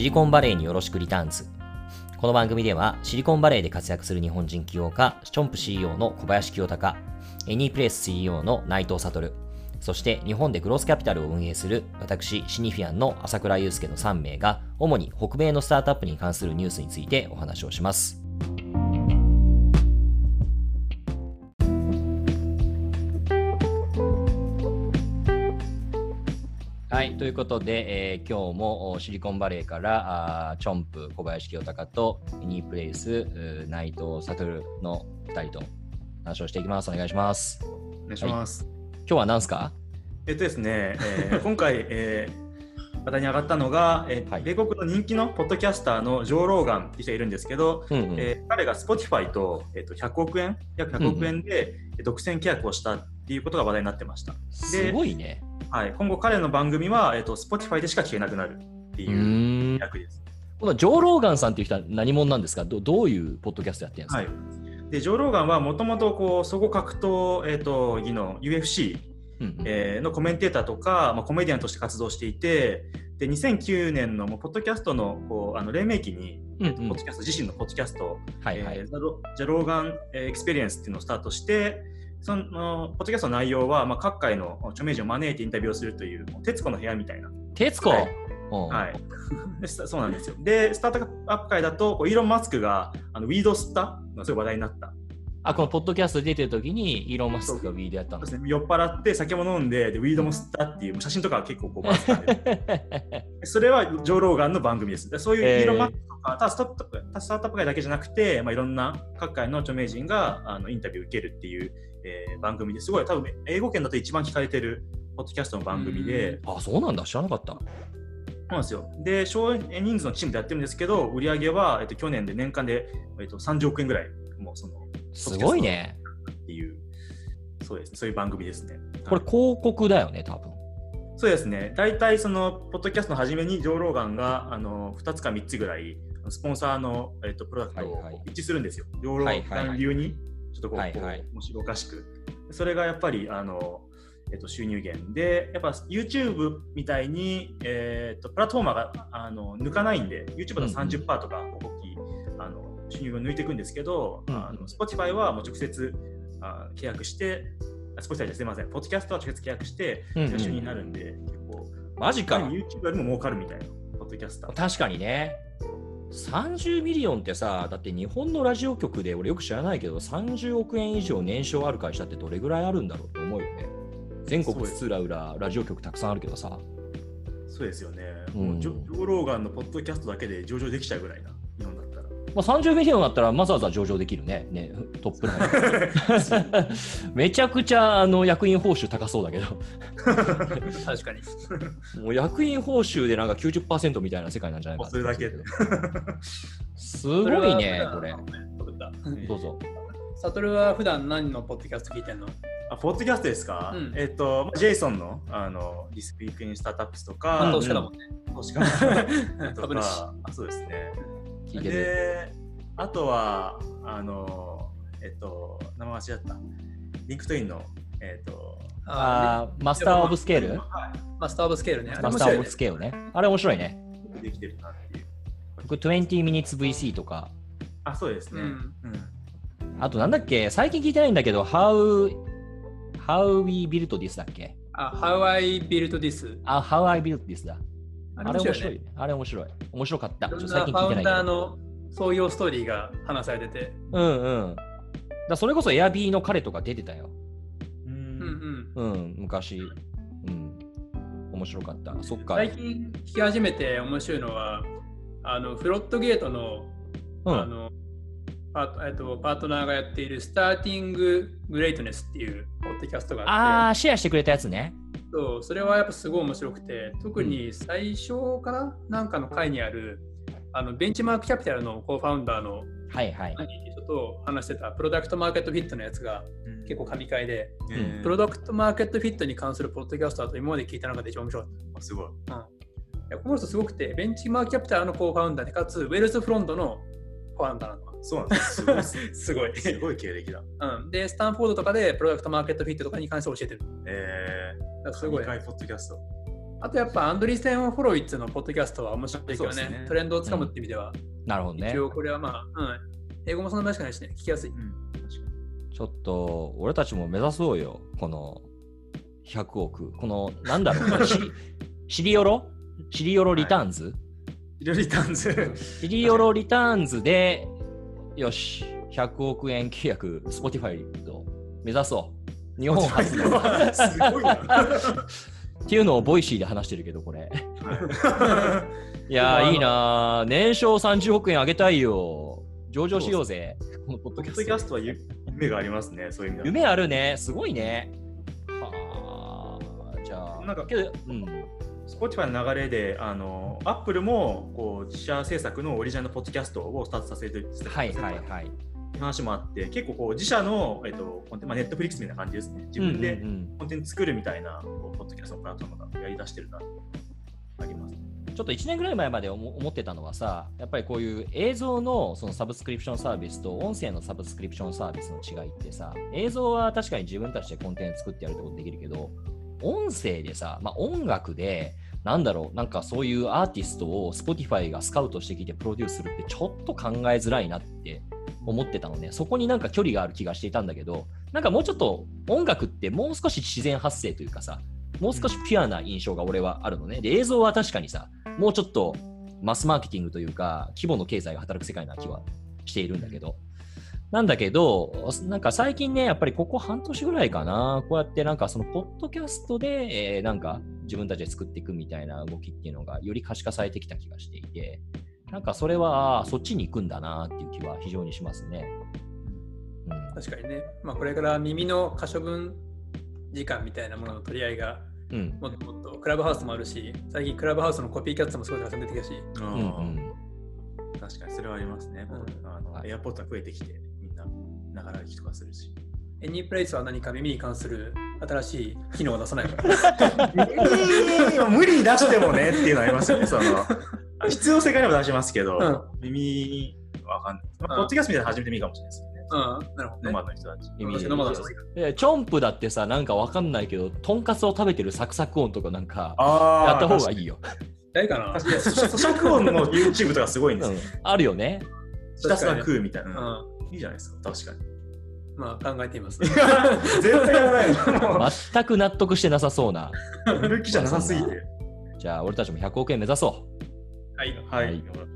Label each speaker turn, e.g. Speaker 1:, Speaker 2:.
Speaker 1: リコンバレーによろしくリターンズ。この番組では、シリコンバレーで活躍する日本人起業家、ションプ CEO の小林清隆、エニープレス CEO の内藤悟、そして日本でグロースキャピタルを運営する私、シニフィアンの朝倉祐介の3名が、主に北米のスタートアップに関するニュースについてお話をします。はい、ということで、えー今日もおシリコンバレーからあーチョンプ小林清隆とミニプレイスうー内藤悟の2人と話をしていきます。お願いします。
Speaker 2: お願いします。
Speaker 1: 今日は何すか
Speaker 2: えっとですね、え ー今回、えー話題に上がったのが、えー
Speaker 1: はい
Speaker 2: 米国の人気のポッドキャスターのジョー・ローガンって人がいるんですけど、
Speaker 1: うんうん
Speaker 2: えー彼が Spotify と,、えーと100億円、約100億円でえー独占契約をしたっていうことが話題になってました。
Speaker 1: すごいね。
Speaker 2: はい、今後、彼の番組は、えー、と Spotify でしか聞けなくなるって
Speaker 1: う
Speaker 2: いう
Speaker 1: ーん
Speaker 2: 契約です。
Speaker 1: このジョー・ローガンさんっていう人は何者なんですかどどういうポッドキャストやってるんですか、
Speaker 2: はいでジョー・ローガンはもともとこう総合格闘、えー、と技能 UFC
Speaker 1: うんうん
Speaker 2: えーのコメンテーターとか、まあ、コメディアンとして活動していてで2009年のもうポッドキャストのこうあの黎明期に、
Speaker 1: うんうん
Speaker 2: ポッドキャスト自身のポッドキャスト「
Speaker 1: はいはい
Speaker 2: えーザロジャローガンえーエクスペリエンス」っていうのをスタートしてそのポッドキャストの内容は、まあ、各界の著名人を招いてインタビューをするというもう徹子の部屋みたいな、
Speaker 1: 徹子、
Speaker 2: はい
Speaker 1: うん
Speaker 2: はい、でスタそうなんですよでスタートアップ界だとこうイーロン・マスクがあのウィードを吸ったのがすごい話題になった
Speaker 1: あこのポッドキャスト出てる時にイーロン・マスクがウィードやった
Speaker 2: そ
Speaker 1: ん
Speaker 2: う
Speaker 1: で
Speaker 2: ですす、ね、酔っ払って酒も飲んででウィードも吸ったっていうもう写真とかは結構こうバズったんでそれはジョー・ローガンの番組です。でそういう
Speaker 1: えー
Speaker 2: イーロン・マスクとか、ただスタートアップスタートアップ界だけじゃなくて、まあ、いろんな各界の著名人があのインタビュー受けるっていう、えー番組ですごい多分英語圏だと一番聞かれてるポッドキャストの番組で、
Speaker 1: あそうなんだ知らなかった
Speaker 2: そうなんですよ。で、少人数のチームでやってるんですけど、売り上げは、えっと、去年で年間で、えっと、30億円ぐらい、もうその、
Speaker 1: すごいね
Speaker 2: っていう、そうですね、そういう番組ですね。
Speaker 1: これ広告だよね多分
Speaker 2: そうですね、大体そのポッドキャストの初めに上ローガンがあの2つか3つぐらいスポンサーの、えっとプロダクト
Speaker 1: はいはい
Speaker 2: を一致するんですよ、上
Speaker 1: はい
Speaker 2: ロ
Speaker 1: は
Speaker 2: ーガ
Speaker 1: いはい
Speaker 2: ン流に、ちょっとこう、
Speaker 1: はいはい
Speaker 2: こう面白おかしく。それがやっぱりあの、えっと収入源で、やっぱ YouTube みたいに、えっとプラットフォーマーがあの抜かないんで、YouTube だと30%とか大きい、あの収入を抜いていくんですけど、
Speaker 1: うん
Speaker 2: あの Spotify はもう直接あ契約して、あ Spotify じゃすみません、ポッドキャストは直接契約して、
Speaker 1: うんうん
Speaker 2: 一緒になるんで、結構、
Speaker 1: マジか
Speaker 2: YouTube よりも儲かるみたいな、ポッドキャスター。
Speaker 1: 確かにね30ミリオンってさだって日本のラジオ局で俺よく知らないけど30億円以上年商ある会社ってどれぐらいあるんだろうと思うよね全国
Speaker 2: そうです
Speaker 1: 津々浦々ラジオ局たくさんあるけどさ
Speaker 2: そうですよね。
Speaker 1: うん
Speaker 2: もうジョジョー・ローガンのポッドキャストだけで上場できちゃうぐらいな、日本だったら。
Speaker 1: まあ、30ミリオンだったらわざわざ上場できるねねトップライン めちゃくちゃあの役員報酬高そうだけど確かにもう役員報酬でなんか90%みたいな世界なんじゃないかな
Speaker 2: それだけで。
Speaker 1: すごいねこ
Speaker 3: それ
Speaker 1: れ
Speaker 3: は
Speaker 1: どうぞ
Speaker 3: サトルは普段何のポッドキャスト聞いてんの
Speaker 2: あ、ポッドキャストですか、
Speaker 3: うん
Speaker 2: えっ、と、まあジェイソンの、あの、ディスピークインスタートアップスと
Speaker 1: あ
Speaker 2: か、
Speaker 1: 投
Speaker 3: 投
Speaker 1: 資家
Speaker 3: 資家
Speaker 1: だ
Speaker 3: だ
Speaker 1: も
Speaker 3: も
Speaker 1: ん
Speaker 3: ん
Speaker 2: 投資家のと
Speaker 3: 株主
Speaker 2: か、あそうですね。
Speaker 1: 聞いてる
Speaker 2: で、あとは、あの、えっ、と、名前忘れちゃった。リンクトインの、えっ、と、
Speaker 1: あーマスター・オブ・スケール
Speaker 3: マスターオブスケールね。あれ
Speaker 1: マス
Speaker 3: 面
Speaker 1: ター・
Speaker 3: 白い
Speaker 1: オ
Speaker 3: ね
Speaker 1: ブ・スケールねあれ面白いね
Speaker 2: よくできてるなっていう。
Speaker 1: 僕20 minutes VC とか
Speaker 2: あ、そうですね。
Speaker 3: うん
Speaker 2: うん
Speaker 1: あとなんだっけ最近聞いてないんだけど How How we built this だっけ
Speaker 3: あ、How I Built This。
Speaker 1: あ How I built this だ
Speaker 3: あ
Speaker 1: あれ面白
Speaker 3: ね
Speaker 1: い。あれ面白い。面白かった。
Speaker 3: い
Speaker 1: ちょっ
Speaker 3: ろ
Speaker 1: と
Speaker 3: んな
Speaker 1: 最
Speaker 3: フ
Speaker 1: 近聞いて
Speaker 3: ァウ
Speaker 1: ない
Speaker 3: ン
Speaker 1: け
Speaker 3: ダー
Speaker 1: ど。
Speaker 3: の創業ストーリーが話されてて。
Speaker 1: うんうん。だからそれこそエアビーの彼とか出てたよ。
Speaker 3: う
Speaker 2: う
Speaker 3: ん
Speaker 2: ん
Speaker 3: うん。
Speaker 1: うん、昔。うん。面白かった。そっか。
Speaker 3: 最近聞き始めて面白いのは、あの、フロットゲートの、
Speaker 1: う
Speaker 3: あ
Speaker 1: ん。
Speaker 3: の、パートえっとパートナーがやっているスターティンググレイトネスっていうポッドキャストが
Speaker 1: あ
Speaker 3: あって
Speaker 1: ー、シェアしてくれたやつね。
Speaker 3: そうそれはやっぱすごい面白くて特に最初かななんかの回にあるあのベンチマークキャピタルのコーファウンダーの
Speaker 1: はいはい。
Speaker 3: 人と話してたプロダクトマーケットフィットのやつが結構神回で、
Speaker 2: うん
Speaker 1: うん
Speaker 3: プロダクトマーケットフィットに関するポッドキャストだと今まで聞いた中で一番面白かっ
Speaker 2: あすごい。
Speaker 3: た。いやこの人すごくて、ベンチマークキャピタルのコーファウンダーで、かつウェルズフロンドのコーファウンダーなの。
Speaker 2: そうなんです。すごいっすね
Speaker 3: すごい
Speaker 2: すごい経歴だ。
Speaker 3: うん、で、スタンフォードとかでプロダクトマーケットフィットとかに関して教えてる。
Speaker 2: え
Speaker 3: だから
Speaker 2: ー、
Speaker 3: すごい。
Speaker 2: 神回ポッドキャスト。
Speaker 3: あとやっぱアンドリーセン・フォロイッツのポッドキャストは面白いですよ
Speaker 2: そうです
Speaker 3: ね
Speaker 2: ね。
Speaker 3: トレンドをつかむって意味では。
Speaker 1: なるほどね
Speaker 3: 一。応これはまあ、うん。英語もそんなにしかないしね、聞きやすい。
Speaker 2: うん確かに
Speaker 1: ちょっと、俺たちも目指そうよ。この100億。この、なんだろ う、シリシリオロシリオロリターンズ、
Speaker 2: いろいろリターンズ。
Speaker 1: シリオロリターンズで、よし、100億円契約、Spotify と目指そう。日本初の。
Speaker 2: すごいな。
Speaker 1: っていうのをボイシーで話してるけど、これ。いや
Speaker 3: まあ
Speaker 1: ー、いいなー年商30億円あげたいよ。上場しようぜ。このポッ
Speaker 2: ポ
Speaker 1: ドキ
Speaker 2: ッド
Speaker 1: ャス
Speaker 2: キャ
Speaker 1: ト。
Speaker 2: ストはゆ夢がありますね、そういう意味では。
Speaker 1: 夢あるね。すごいね。はあ、じゃあ。
Speaker 2: なんか
Speaker 1: けど、うん。
Speaker 2: Spotify の流れで、あの、Apple もこう自社制作のオリジナルのポッドキャストをスタートさせてる
Speaker 1: はいはいはい。
Speaker 2: 話もあって、結構こう自社の、えっと、コンテンツ、まあ、Netflix みたいな感じですね。自分
Speaker 1: うん
Speaker 2: で
Speaker 1: うんうん
Speaker 2: コンテンツ作るみたいな、こうポッドキャストのプラットフォームがやり出してるなってあります。
Speaker 1: ちょっと1年ぐらい前まで思思ってたのはさ、やっぱりこういう映像のそのサブスクリプションサービスと音声のサブスクリプションサービスの違いってさ、映像は確かに自分たちでコンテンツ作ってやるってことできるけど、音声でさ、まあ、音楽で、なんだろう、なんかそういうアーティストを Spotify がスカウトしてきてプロデュースするってちょっと考えづらいなって思ってたのね、そこになんか距離がある気がしていたんだけど、なんかもうちょっと音楽ってもう少し自然発生というかさ、もう少しピュアな印象が俺はあるのね。で、映像は確かにさ、もうちょっとマスマーケティングというか、規模の経済が働く世界な気はしているんだけど。なんだけど、なんか最近ね、やっぱりここ半年ぐらいかな、こうやってなんかそのポッドキャストで、えーなんか自分たちで作っていくみたいな動きっていうのがより可視化されてきた気がしていて、なんかそれはあーそっちに行くんだなっていう気は非常にしますね。うん
Speaker 3: 確かにね。まあこれから耳の可処分時間みたいなものの取り合いが
Speaker 1: うん。
Speaker 3: もっともっとクラブハウスもあるし、最近クラブハウスのコピーキャッツもすごいたくさん出てきたし、
Speaker 2: う
Speaker 1: うんうん
Speaker 2: 確かにそれはありますね。
Speaker 3: うん
Speaker 2: あの
Speaker 1: はい
Speaker 2: エアポッドが増えてきて、みんな、ながら聞きとかするし。
Speaker 3: エニープレイスは何か耳に関する新しい機能を出さないから。
Speaker 2: 無理に出してもねっていうのありますよね、その。必要性があれば出しますけど、
Speaker 3: う
Speaker 2: 耳わかんない。まあ、
Speaker 3: うん
Speaker 2: ポッドキャストみたいなの初めて見るかもしれないですよね。
Speaker 3: うん、なるほど
Speaker 2: ノ
Speaker 3: ね
Speaker 2: マ。ドの人たち。
Speaker 1: 耳
Speaker 3: 私ノマドです
Speaker 1: えチョンプだってさ、なんかわかんないけど、とんかつを食べてるサクサク音とかなんか、
Speaker 2: あ
Speaker 1: やった方が
Speaker 2: い。
Speaker 1: いいよ。
Speaker 3: 誰かな
Speaker 2: 確かに咀嚼音の YouTube とかすごいんです
Speaker 1: うん
Speaker 2: よ。
Speaker 1: あるよ ね。
Speaker 2: ひたすら食うみたいな。
Speaker 3: う
Speaker 2: いいじゃないですか、確かに。
Speaker 3: ん、まあ考えています。
Speaker 2: 絶対やらないの。も
Speaker 1: 全く納得してなさそうな。
Speaker 2: う、ルッキじゃなさすぎて。
Speaker 1: じゃあ、俺たちも100億円目指そう。
Speaker 3: はい。
Speaker 2: は
Speaker 1: はいい。
Speaker 2: 頑張ろう